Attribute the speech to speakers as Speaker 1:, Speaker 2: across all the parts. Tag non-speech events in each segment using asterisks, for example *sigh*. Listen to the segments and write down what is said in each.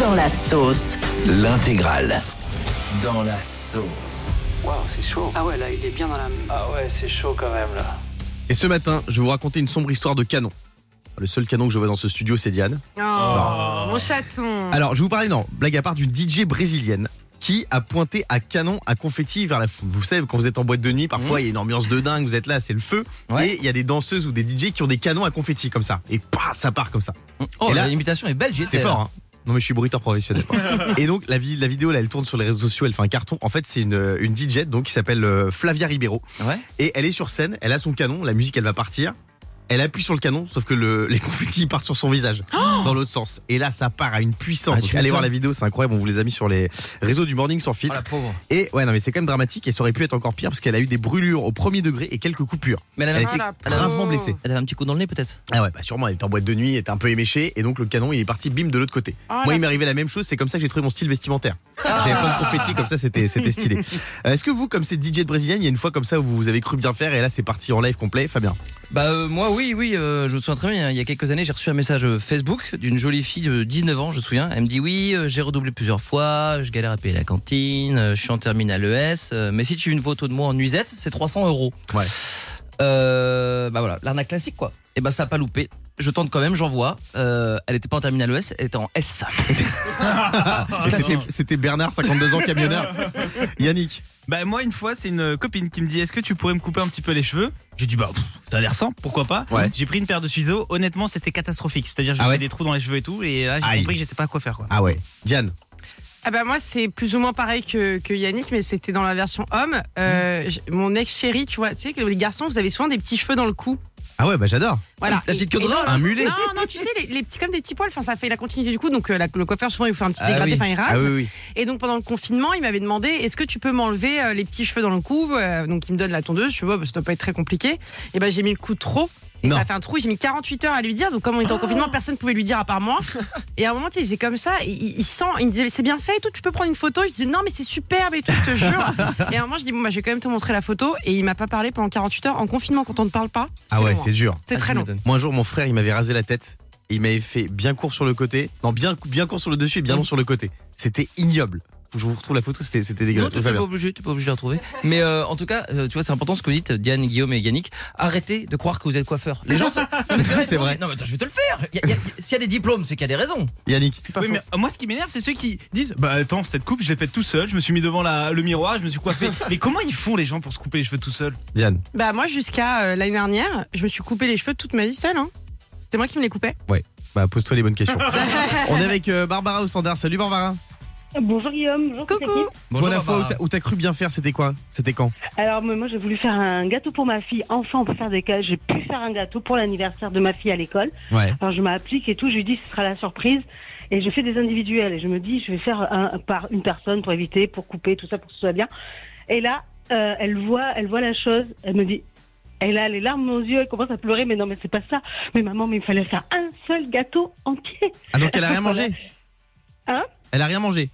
Speaker 1: Dans la sauce.
Speaker 2: L'intégrale. Dans la sauce.
Speaker 3: Waouh, c'est chaud.
Speaker 4: Ah ouais, là, il est bien dans la.
Speaker 3: Ah ouais, c'est chaud quand même là.
Speaker 5: Et ce matin, je vais vous raconter une sombre histoire de canon. Le seul canon que je vois dans ce studio, c'est Diane.
Speaker 6: Oh, mon chaton.
Speaker 5: Alors, je vais vous parler, non, blague à part, d'une DJ brésilienne qui a pointé à canon à confetti vers la foule. Vous savez, quand vous êtes en boîte de nuit, parfois il y a une ambiance de dingue, vous êtes là, c'est le feu.
Speaker 2: Ouais.
Speaker 5: Et il y a des danseuses ou des DJ qui ont des canons à confetti comme ça. Et pah, ça part comme ça.
Speaker 2: Oh,
Speaker 5: Et là-
Speaker 2: l'imitation est belle,
Speaker 5: C'est fort, hein. Non mais je suis bruiteur professionnel.
Speaker 2: *laughs*
Speaker 5: et donc la, vi- la vidéo là, elle tourne sur les réseaux sociaux, elle fait un carton. En fait, c'est une, une DJ donc qui s'appelle euh, Flavia Ribeiro
Speaker 2: Ouais.
Speaker 5: et elle est sur scène, elle a son canon, la musique elle va partir. Elle appuie sur le canon, sauf que le- les *laughs* confettis partent sur son visage, dans l'autre sens. Et là, ça part à une puissance.
Speaker 2: Oh Ah, tu
Speaker 5: Donc, allez voir
Speaker 2: m'étonnes.
Speaker 5: la vidéo, c'est incroyable. On vous les a mis sur les réseaux du Morning sans
Speaker 2: Oh
Speaker 5: filtre.
Speaker 2: la pauvre.
Speaker 5: Et ouais, non, mais c'est quand même dramatique. Et ça aurait pu être encore pire parce qu'elle a eu des brûlures au premier degré et quelques coupures.
Speaker 2: Mais elle
Speaker 5: Elle
Speaker 2: avait,
Speaker 5: a
Speaker 2: un
Speaker 5: été
Speaker 2: petit-
Speaker 6: Oh, la
Speaker 2: elle avait-
Speaker 5: gravement
Speaker 6: pauvre.
Speaker 5: blessée.
Speaker 2: elle avait un petit coup dans le nez, peut-être.
Speaker 5: Ah ouais, bah sûrement, elle était en boîte de nuit, elle était un peu éméchée, et donc le canon il est parti bim de l'autre côté.
Speaker 6: Oh
Speaker 5: Moi,
Speaker 6: là Ah.
Speaker 5: il m'est arrivé la même chose, c'est comme ça que j'ai trouvé mon style vestimentaire. J'avais plein de confettis, comme ça c'était c'était stylé. Euh, Est-ce que vous, comme ces DJ de brésilienne, il y a une fois comme ça où vous avez cru bien faire et là c'est parti en live complet, Fabien
Speaker 2: Bah euh, moi oui oui euh, je me souviens très bien il y a quelques années j'ai reçu un message euh, Facebook d'une jolie fille de 19 ans je me souviens elle me dit oui euh, j'ai redoublé plusieurs fois je galère à payer la cantine euh, je suis en terminale ES euh, mais si tu veux une photo de moi en nuisette c'est 300 euros
Speaker 5: Ouais.
Speaker 2: euh, bah voilà l'arnaque classique quoi et bah ça a pas loupé je tente quand même j'envoie euh, elle était pas en terminale ES elle était en S
Speaker 6: Oh,
Speaker 5: Et c'était- C'était Bernard, 52 ans, camionneur. Yannick.
Speaker 7: Bah moi une fois c'est une copine qui me dit est-ce que tu pourrais me couper un petit peu les cheveux J'ai dit bah pff, ça a l'air simple pourquoi pas
Speaker 5: Ouais.
Speaker 7: J'ai pris une paire de ciseaux honnêtement c'était catastrophique c'est-à-dire j'ai
Speaker 5: Ah ouais
Speaker 7: fait des trous dans les cheveux et tout et là j'ai
Speaker 5: Aïe.
Speaker 7: compris que j'étais pas à quoi faire quoi.
Speaker 5: Ah ouais. Diane.
Speaker 6: Ah bah moi c'est plus ou moins pareil que, que Yannick mais c'était dans la version homme.
Speaker 5: Hmm.
Speaker 6: Euh, j- Mon ex chéri, tu vois, tu sais que les garçons vous avez souvent des petits cheveux dans le cou.
Speaker 5: Ah ouais, bah j'adore.
Speaker 6: Voilà.
Speaker 2: la petite
Speaker 6: Et-
Speaker 2: queue de
Speaker 6: et
Speaker 2: rat, là.
Speaker 5: Un mulet.
Speaker 6: Non, non, tu sais, les, les petits comme des petits poils, enfin, ça fait la continuité du coup. Donc, euh, la- le coiffeur, souvent, il vous fait un petit
Speaker 2: Ah
Speaker 6: dégradé,
Speaker 2: oui.
Speaker 6: enfin, il rase.
Speaker 5: Ah oui, oui.
Speaker 6: Et donc, pendant le confinement, il m'avait demandé est-ce que tu peux m'enlever euh, les petits cheveux dans le cou Euh, Donc, il me donne la tondeuse. Je vois, bah, ça doit pas être très compliqué. Et ben, j'ai mis le coup trop. Et
Speaker 5: Non. Oh.
Speaker 6: ça a fait un trou. J'ai mis 48 heures à lui dire. Donc, comme on était en confinement, personne ne pouvait lui dire à part moi.
Speaker 5: *laughs*
Speaker 6: Et à un moment, tu sais, il faisait comme ça. Il, il- il sent, il me disait c'est bien fait et tout. Tu peux prendre une photo. Je disais non, mais c'est superbe et tout, je te jure. et à un moment, je dis bon, bah, je vais quand même te montrer la photo. Et il m'a pas parlé pendant 48 heures en confinement quand on ne parle pas. c'est
Speaker 5: Ah ouais,
Speaker 6: long, hein.
Speaker 5: c'est dur.
Speaker 6: c'est très long.
Speaker 5: Moi, un jour, mon frère, il m'avait rasé la tête. Et il m'avait fait bien court sur le côté. Non, bien, bien court sur le dessus et bien long sur le côté. C'était ignoble. Faut que je vous retrouve la photo, c'était c'était
Speaker 2: Non,
Speaker 5: dégueulasse.
Speaker 2: t'es
Speaker 5: Fabien.
Speaker 2: pas obligé, t'es pas obligé de la retrouver. Mais euh, en tout cas, euh, tu vois, c'est important ce que vous dites, Diane, Guillaume et Yannick. Arrêtez de croire que vous êtes coiffeur. Les
Speaker 5: *laughs*
Speaker 2: gens, sont... Non, mais
Speaker 5: C'est vrai.
Speaker 2: Non, mais attends, je vais te le faire. Y a- y a- S'il y a des diplômes, c'est qu'il y a des raisons.
Speaker 5: Yannick.
Speaker 7: Oui, mais euh, moi ce qui m'énerve c'est ceux qui disent bah attends cette coupe je l'ai faite tout seul je me suis mis devant la- le miroir je me suis coiffé
Speaker 5: *laughs*
Speaker 7: mais comment ils font les gens pour se couper les cheveux tout seul
Speaker 5: Diane.
Speaker 6: Bah moi jusqu'à euh, l'année dernière, je me suis coupé les cheveux toute ma vie seule. Hein. C'était moi qui me les coupais.
Speaker 5: Bah, pose-toi les bonnes questions. On est avec euh, Barbara au standard. Salut Barbara.
Speaker 8: Bonjour Guillaume, bonjour toute
Speaker 6: Coucou.
Speaker 8: l'équipe.
Speaker 2: Bonjour,
Speaker 5: Toi, la fois où
Speaker 2: Barbara.
Speaker 5: t'as- où t'as cru bien faire, c'était quoi C'était quand
Speaker 8: Alors moi moi, j'ai voulu faire un gâteau pour ma fille, enfin pour faire des cadeaux, j'ai pu faire un gâteau pour l'anniversaire de ma fille à l'école.
Speaker 5: Ouais.
Speaker 8: Alors je m'applique et tout, je lui dis ce sera la surprise et je fais des individuels et je me dis je vais faire un par une personne pour éviter, pour couper tout ça pour que ce soit bien. Et là euh, elle voit elle voit la chose, elle me dit elle a les larmes aux yeux, elle commence à pleurer mais non mais c'est pas ça. Mais maman mais il fallait faire un seul gâteau entier.
Speaker 5: Ah, donc elle a rien mangé
Speaker 8: Hein
Speaker 5: Elle a rien mangé.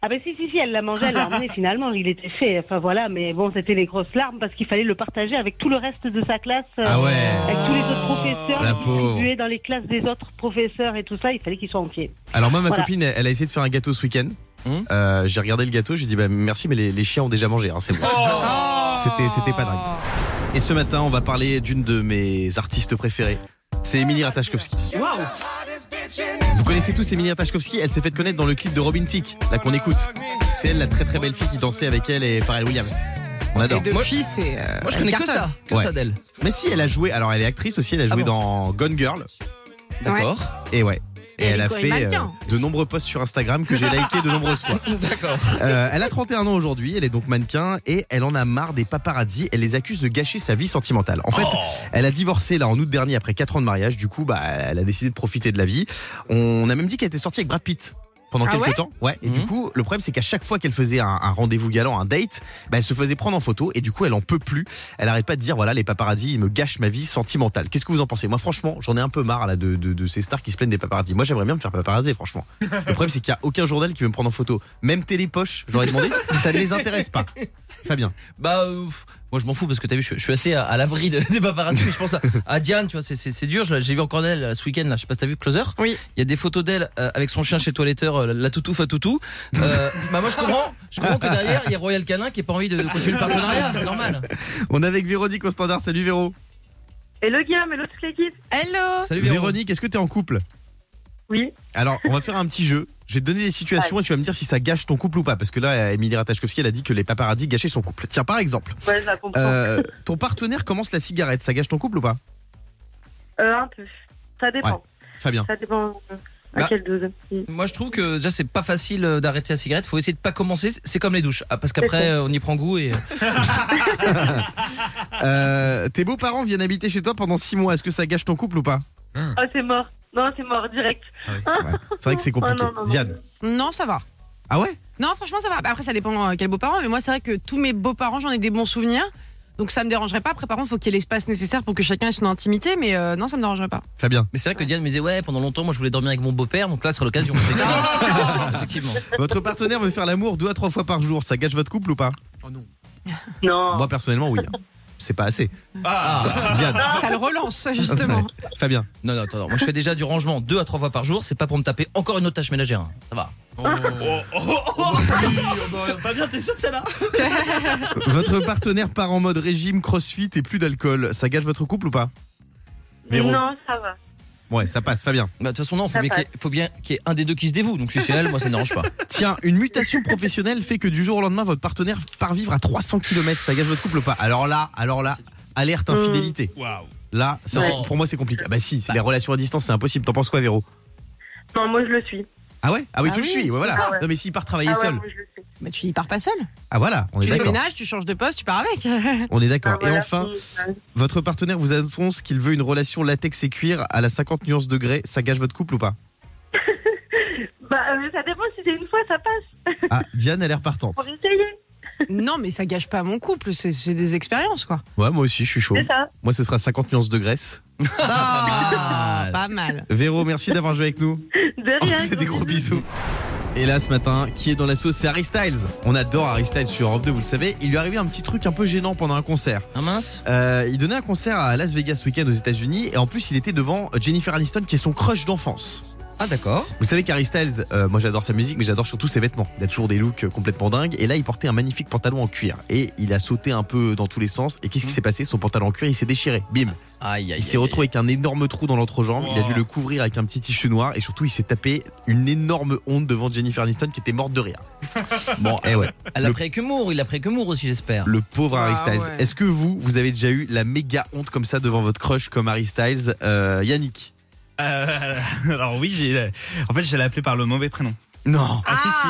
Speaker 8: Ah ben si si si, elle l'a mangé, elle l'a *laughs* emmené finalement, il était fait. Enfin voilà, mais bon, c'était les grosses larmes parce qu'il fallait le partager avec tout le reste de sa classe, euh,
Speaker 5: Ah ouais.
Speaker 8: avec tous les autres professeurs,
Speaker 5: La
Speaker 8: le
Speaker 5: pauvre.
Speaker 8: distribuer dans les classes des autres professeurs et tout ça, il fallait qu'ils soient entiers.
Speaker 5: Alors moi ma
Speaker 8: Voilà.
Speaker 5: copine elle, elle a essayé de faire un gâteau ce week-end.
Speaker 6: Hmm
Speaker 2: Hum.
Speaker 5: Euh, j'ai regardé le gâteau, j'ai dit bah merci mais les, les chiens ont déjà mangé. hein, c'est bon. *laughs*
Speaker 6: Oh
Speaker 5: C'était- c'était pas dingue. Et ce matin on va parler d'une de mes artistes préférées. C'est Emily Ratajkowski. Vous connaissez tous Emily Ratajkowski, elle s'est faite connaître dans le clip de Robin Tick, là qu'on écoute. C'est elle la très très belle fille qui dansait avec elle et Pharrell Williams. On adore.
Speaker 6: Et depuis c'est. euh,
Speaker 2: Moi, je connais que
Speaker 6: carton.
Speaker 2: ça. Que
Speaker 5: Ouais.
Speaker 2: ça d'elle.
Speaker 5: Mais si elle a joué, alors elle est actrice aussi, elle
Speaker 6: Ah
Speaker 5: a joué
Speaker 2: bon
Speaker 5: dans Gone Girl.
Speaker 2: D'accord. *laughs*
Speaker 5: Et ouais. Et
Speaker 6: Elle
Speaker 5: elle
Speaker 6: est
Speaker 5: a
Speaker 6: quoi,
Speaker 5: fait euh,
Speaker 6: mannequin
Speaker 5: de nombreux posts sur Instagram que j'ai liké de nombreuses fois.
Speaker 2: D'accord.
Speaker 5: Euh, elle a 31 ans aujourd'hui, elle est donc mannequin et elle en a marre des paparazzis. Elle les accuse de gâcher sa vie sentimentale. En fait, elle a divorcé là en août dernier après 4 ans de mariage. Du coup, bah, elle a décidé de profiter de la vie. On a même dit qu'elle était sortie avec Brad Pitt. Pendant
Speaker 6: Ah
Speaker 5: quelques
Speaker 6: ouais
Speaker 5: temps, ouais. Et
Speaker 2: Mhm.
Speaker 5: du coup, le problème, c'est qu'à chaque fois qu'elle faisait un, un rendez-vous galant, un date, bah, elle se faisait prendre en photo et du coup, elle en peut plus. Elle arrête pas de dire, voilà, les paparazzis, ils me gâchent ma vie sentimentale. Qu'est-ce que vous en pensez Moi, franchement, j'en ai un peu marre là de, de- de ces stars qui se plaignent des paparazzis. Moi, j'aimerais bien me faire paparazzer, franchement. Le problème, c'est qu'il n'y a aucun journal qui veut me prendre en photo. Même Télépoche, j'aurais demandé, ça ne les intéresse pas. Fabien.
Speaker 2: Bah, euh, pff, moi je m'en fous parce que t'as vu, je, je suis assez à, à l'abri de- *laughs* des paparazzi. mais je pense à, à Diane, tu vois, c'est- c'est c'est dur. je la- J'ai vu encore d'elle euh, ce week-end, là, je sais pas si t'as vu Closer.
Speaker 6: Oui.
Speaker 2: Il y a des photos d'elle euh, avec son chien chez Toiletteur, euh, la toutouf à toutou. *laughs* Euh, bah, moi je comprends, je comprends que derrière il y a Royal Canin qui n'a pas envie de, de continuer le partenariat, c'est normal.
Speaker 5: On est avec Véronique au standard. Salut Véro.
Speaker 8: Hello Guillaume, hello toute l'équipe.
Speaker 6: Hello
Speaker 2: Salut Véro.
Speaker 5: Véronique, est-ce que t'es en couple
Speaker 8: Oui.
Speaker 5: Alors, on va faire un petit jeu. Je vais te donner des situations et tu vas me dire si ça gâche ton couple ou pas. Parce que là, Emilie Ratajkowski, elle a dit que les paparazzis gâchaient son couple. Tiens, par exemple,
Speaker 8: Ouais, je la comprends. *laughs*
Speaker 5: euh, ton partenaire commence la cigarette. Ça gâche ton couple ou pas
Speaker 8: Euh, un peu. Ça dépend.
Speaker 5: Ouais. Hmm. Fabien.
Speaker 8: Ça dépend euh, à
Speaker 2: Bah.
Speaker 8: quelle dose. Mm.
Speaker 2: Moi je trouve que déjà c'est pas facile euh, d'arrêter la cigarette, faut essayer de pas commencer, c'est- c'est comme les douches. Ah, parce qu'après euh, on y prend goût et.
Speaker 8: Ah.
Speaker 5: Euh, tes beaux-parents viennent habiter chez toi pendant 6 mois. Est-ce que ça gâche ton couple ou pas
Speaker 8: Oh, c'est mort. Non, c'est mort, direct.
Speaker 5: Ouais. C'est vrai que c'est compliqué.
Speaker 8: Oh, Ah non, non, non.
Speaker 5: Diane.
Speaker 6: Non, ça va.
Speaker 5: Ah ouais
Speaker 6: Non, franchement, ça va. Après, ça dépend euh, quels beaux-parents, mais moi, c'est vrai que tous mes beaux-parents, j'en ai des bons souvenirs. Donc ça me dérangerait pas. Après, par contre, faut qu'il y ait l'espace nécessaire pour que chacun ait son intimité, mais euh, non, ça me dérangerait pas.
Speaker 5: Fabien.
Speaker 2: Mais c'est vrai que Diane me disait, ouais, pendant longtemps moi je voulais dormir avec mon beau-père, donc là c'est *laughs* l'occasion. Effectivement. Effectivement.
Speaker 5: Votre partenaire veut faire l'amour deux à trois fois par jour. Ça gâche votre couple ou pas
Speaker 8: Non.
Speaker 5: Moi, personnellement, oui. hein. C'est pas assez.
Speaker 2: Ah.
Speaker 8: *laughs*
Speaker 5: Diane.
Speaker 6: Ça le relance,
Speaker 5: *laughs*
Speaker 6: justement.
Speaker 5: Fabien.
Speaker 2: Non, non, attends, non, moi je fais déjà du rangement deux à trois fois par jour, c'est pas pour me taper encore une autre tâche ménagère, hein. ça va.
Speaker 7: Oh, oh, oh, Pas bien, t'es sûr de celle-là
Speaker 5: Votre partenaire part en mode régime, crossfit et plus d'alcool. Ça gâche votre couple ou pas Véro.
Speaker 8: Non, ça va.
Speaker 5: Ouais, ça passe, Fabien.
Speaker 2: Bah, De toute façon, non, faut
Speaker 8: Ça
Speaker 2: bien qu'il y, ait- faut bien qu'il y ait un des deux qui se dévoue, donc si c'est elle, moi ça ne dérange pas.
Speaker 5: Tiens, une mutation professionnelle fait que du jour au lendemain, votre partenaire part vivre à 300 km. Ça gâche votre couple ou pas Alors là, alors là,
Speaker 8: Hmm.
Speaker 5: alerte infidélité.
Speaker 7: Waouh
Speaker 5: Là, ça, c'est-
Speaker 2: Non.
Speaker 5: pour moi, c'est compliqué. Ah bah si, c'est les relations à distance, c'est impossible. T'en penses quoi, Véro
Speaker 8: Non, moi, je le suis.
Speaker 5: Ah ouais Ah oui,
Speaker 6: Ah
Speaker 5: tu le
Speaker 6: oui,
Speaker 5: suis, ouais,
Speaker 6: c'est
Speaker 5: voilà.
Speaker 8: ça, ouais.
Speaker 5: Non mais s'il part travailler
Speaker 8: ah ouais,
Speaker 5: seul.
Speaker 8: moi, je le suis.
Speaker 6: *laughs* Mais tu y pars pas seul.
Speaker 5: Ah voilà, on est
Speaker 6: Tu
Speaker 5: d'accord.
Speaker 6: déménages, tu changes de poste, tu pars avec. *laughs*
Speaker 5: On est d'accord.
Speaker 8: Ah, voilà.
Speaker 5: Et enfin,
Speaker 8: Mm.
Speaker 5: votre partenaire vous annonce qu'il veut une relation latex et cuir à la 50 nuances degrés. Ça gâche votre couple ou pas
Speaker 8: Bah, euh, ça dépend si c'est une fois, ça passe.
Speaker 5: Ah, Diane, elle est repartante.
Speaker 8: Pour essayer.
Speaker 6: non, mais ça gâche pas mon couple. C'est c'est des
Speaker 5: *laughs*
Speaker 6: expériences, quoi.
Speaker 5: Ouais, moi aussi, je suis chaud.
Speaker 8: C'est ça.
Speaker 5: Moi, ce sera 50 nuances de graisse.
Speaker 6: Ah, pas mal.
Speaker 5: Véro,
Speaker 8: *laughs*
Speaker 5: merci d'avoir joué avec nous.
Speaker 8: De
Speaker 5: On te
Speaker 8: rien.
Speaker 5: fait Oh, des gros
Speaker 8: bisous.
Speaker 5: bisous. Et là, ce matin, qui est dans la sauce, c'est Harry Styles. On adore Harry Styles sur Europe 2, vous le savez. Il lui est arrivé un petit truc un peu gênant pendant un concert.
Speaker 2: Ah mince
Speaker 5: Euh, il donnait un concert à Las Vegas ce week-end aux États-Unis. Et en plus, il était devant Jennifer Aniston, qui est son crush d'enfance.
Speaker 2: Ah d'accord.
Speaker 5: Vous savez qu'Harry Styles, euh, moi j'adore sa musique, mais j'adore surtout ses vêtements. Il a toujours des looks euh, complètement dingues. Et là, il portait un magnifique pantalon en cuir. Et il a sauté un peu dans tous les sens. Et qu'est-ce
Speaker 8: Mmh.
Speaker 5: qui s'est passé Son pantalon en cuir, il s'est déchiré. Bim
Speaker 2: Aïe, aïe,
Speaker 5: Il s'est
Speaker 2: aïe,
Speaker 5: retrouvé avec un énorme trou dans l'entrejambe. Il a
Speaker 6: Oh.
Speaker 5: dû le couvrir avec un petit tissu noir. Et surtout, il s'est tapé une énorme honte devant Jennifer Aniston qui était morte de rire.
Speaker 2: aïe. Bon,
Speaker 5: Eh ouais.
Speaker 2: elle a pris que Moore, il a pris que Moore aussi, j'espère.
Speaker 5: Le pauvre Harry
Speaker 6: Ah
Speaker 5: Styles.
Speaker 6: ouais.
Speaker 5: Est-ce que vous, vous avez déjà eu la méga honte comme ça devant votre crush comme Harry Styles Euh, Yannick
Speaker 7: Euh, *laughs* Alors oui, j'ai- en fait, je l'ai appelé par le mauvais prénom.
Speaker 5: Non
Speaker 7: Ah, si,
Speaker 6: Ah.
Speaker 7: si,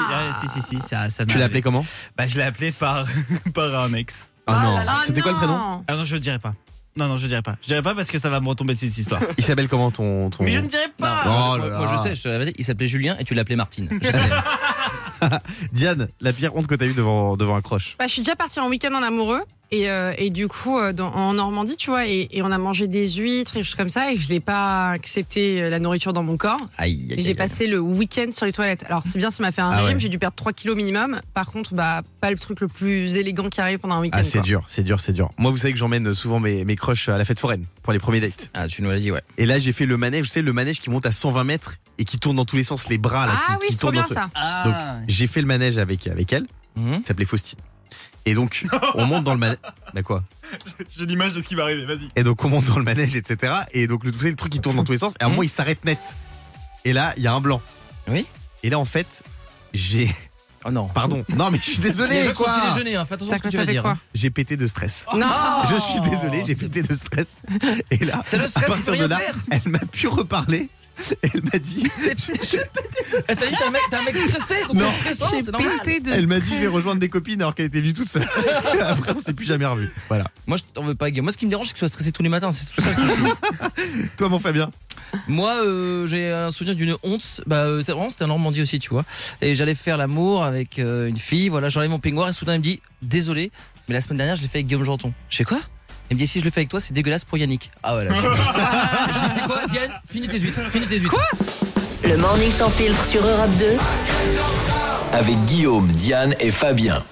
Speaker 7: ouais, si, si, si, ça, ça
Speaker 5: Tu
Speaker 7: m'est
Speaker 5: l'as
Speaker 7: arrivé.
Speaker 5: appelé comment
Speaker 7: Bah, je l'ai appelé par, *laughs* par un ex.
Speaker 5: Ah non
Speaker 6: Ah
Speaker 5: C'était quoi le
Speaker 6: non.
Speaker 5: prénom
Speaker 7: Ah non, je le dirai pas. Non, non, je le dirai pas. Je dirai pas parce que ça va me retomber dessus cette histoire.
Speaker 5: Il s'appelle comment ton. ton...
Speaker 7: Mais je ne dirai pas
Speaker 2: Ah,
Speaker 5: Non.
Speaker 2: moi,
Speaker 5: Oh là
Speaker 2: moi,
Speaker 5: là.
Speaker 2: je sais, je te l'avais dit, il s'appelait Julien et tu l'appelais
Speaker 5: *laughs*
Speaker 2: Martine. Je sais.
Speaker 5: Diane, la pire honte que t'as eue devant, devant un crush
Speaker 6: Bah, je suis déjà partie en week-end en amoureux. Et, euh, et du coup, euh, dans- en Normandie, tu vois, et, et on a mangé des huîtres et des choses comme ça, et je n'ai pas accepté euh, la nourriture dans mon corps.
Speaker 2: Aïe, aïe,
Speaker 6: Et j'ai
Speaker 2: aïe, aïe.
Speaker 6: passé le week-end sur les toilettes. Alors, c'est bien, ça m'a fait un
Speaker 5: Ah
Speaker 6: régime,
Speaker 5: ouais.
Speaker 6: j'ai dû perdre 3 kilos minimum. Par contre, bah, pas le truc le plus élégant qui arrive pendant un week-end.
Speaker 5: Ah, c'est
Speaker 6: quoi.
Speaker 5: dur, c'est dur, c'est dur. Moi, vous savez que j'emmène souvent mes, mes crushs à la fête foraine pour les premiers dates.
Speaker 2: Ah, tu nous l'as dit, ouais.
Speaker 5: Et là, j'ai fait le manège, vous savez, le manège qui monte à 120 mètres et qui tourne dans tous les sens, les bras là. qui-
Speaker 6: Ah oui,
Speaker 5: qui
Speaker 6: c'est trop
Speaker 5: tournent
Speaker 6: bien
Speaker 5: dans-
Speaker 6: ça.
Speaker 7: Ah.
Speaker 5: J'ai fait le manège avec, avec elle,
Speaker 2: Mhm.
Speaker 6: Hum
Speaker 5: qui s'appelait Faustine. Et donc, on monte dans le manège. Bah quoi
Speaker 7: J'ai l'image de ce qui va arriver, vas-y.
Speaker 5: Et donc, on monte dans le manège, etc. Et donc, le- vous savez, le truc qui tourne dans tous les sens. Et à un
Speaker 2: Mhm.
Speaker 5: moment, il s'arrête net. Et là, il y a un blanc.
Speaker 2: Oui.
Speaker 5: Et là, en fait, j'ai.
Speaker 2: Oh non.
Speaker 5: Pardon. Non, mais je suis
Speaker 2: Les
Speaker 5: désolé,
Speaker 2: gens qui ont
Speaker 5: quoi.
Speaker 2: déjeuné, hein, fais attention à
Speaker 6: T'as
Speaker 2: ce que
Speaker 6: t'as
Speaker 2: tu vas
Speaker 6: fait
Speaker 2: dire. hein.
Speaker 6: quoi
Speaker 5: J'ai pété de stress.
Speaker 6: Non
Speaker 5: Je suis désolé, j'ai
Speaker 2: c'est-
Speaker 5: pété de stress. Et là,
Speaker 2: Oh. C'est le
Speaker 5: à
Speaker 2: stress, tu peux
Speaker 5: partir de
Speaker 2: rien
Speaker 5: là,
Speaker 2: faire.
Speaker 5: elle m'a pu reparler. Elle m'a
Speaker 2: *laughs*
Speaker 5: dit,
Speaker 2: Eh, T'as dit, t'es un mec- t'es un mec stressé, donc
Speaker 5: Non.
Speaker 2: t'es stressant,
Speaker 6: J'ai
Speaker 2: Oh, c'est normal.
Speaker 6: pété de
Speaker 5: elle m'a dit, je
Speaker 6: stress.
Speaker 5: vais rejoindre des copines alors qu'elle était venue toute seule. *laughs* Après, on s'est plus jamais revu. Voilà.
Speaker 2: Moi, je t'en veux pas, Guillaume. Moi, ce qui me dérange, c'est que tu sois stressé tous les matins, c'est tout ça. le
Speaker 5: *laughs*
Speaker 2: souci.
Speaker 5: Toi, mon Fabien.
Speaker 2: Moi, euh, j'ai un souvenir d'une honte. Bah, euh, c'est vraiment, c'était en Normandie aussi, tu vois. Et j'allais faire l'amour avec euh, une fille. Voilà, j'enlève mon peignoir et soudain, elle me dit Désolé, mais la semaine dernière, je l'ai fait avec Guillaume Janton. Je sais quoi Elle me dit Si je le fais avec toi, c'est dégueulasse pour Yannick. Ah, voilà. *laughs* J'ai dit quoi, Diane Finis tes huîtres. Finis tes huîtres.
Speaker 1: Le morning sans filtre sur Europe 2.
Speaker 4: Avec Guillaume, Diane et Fabien.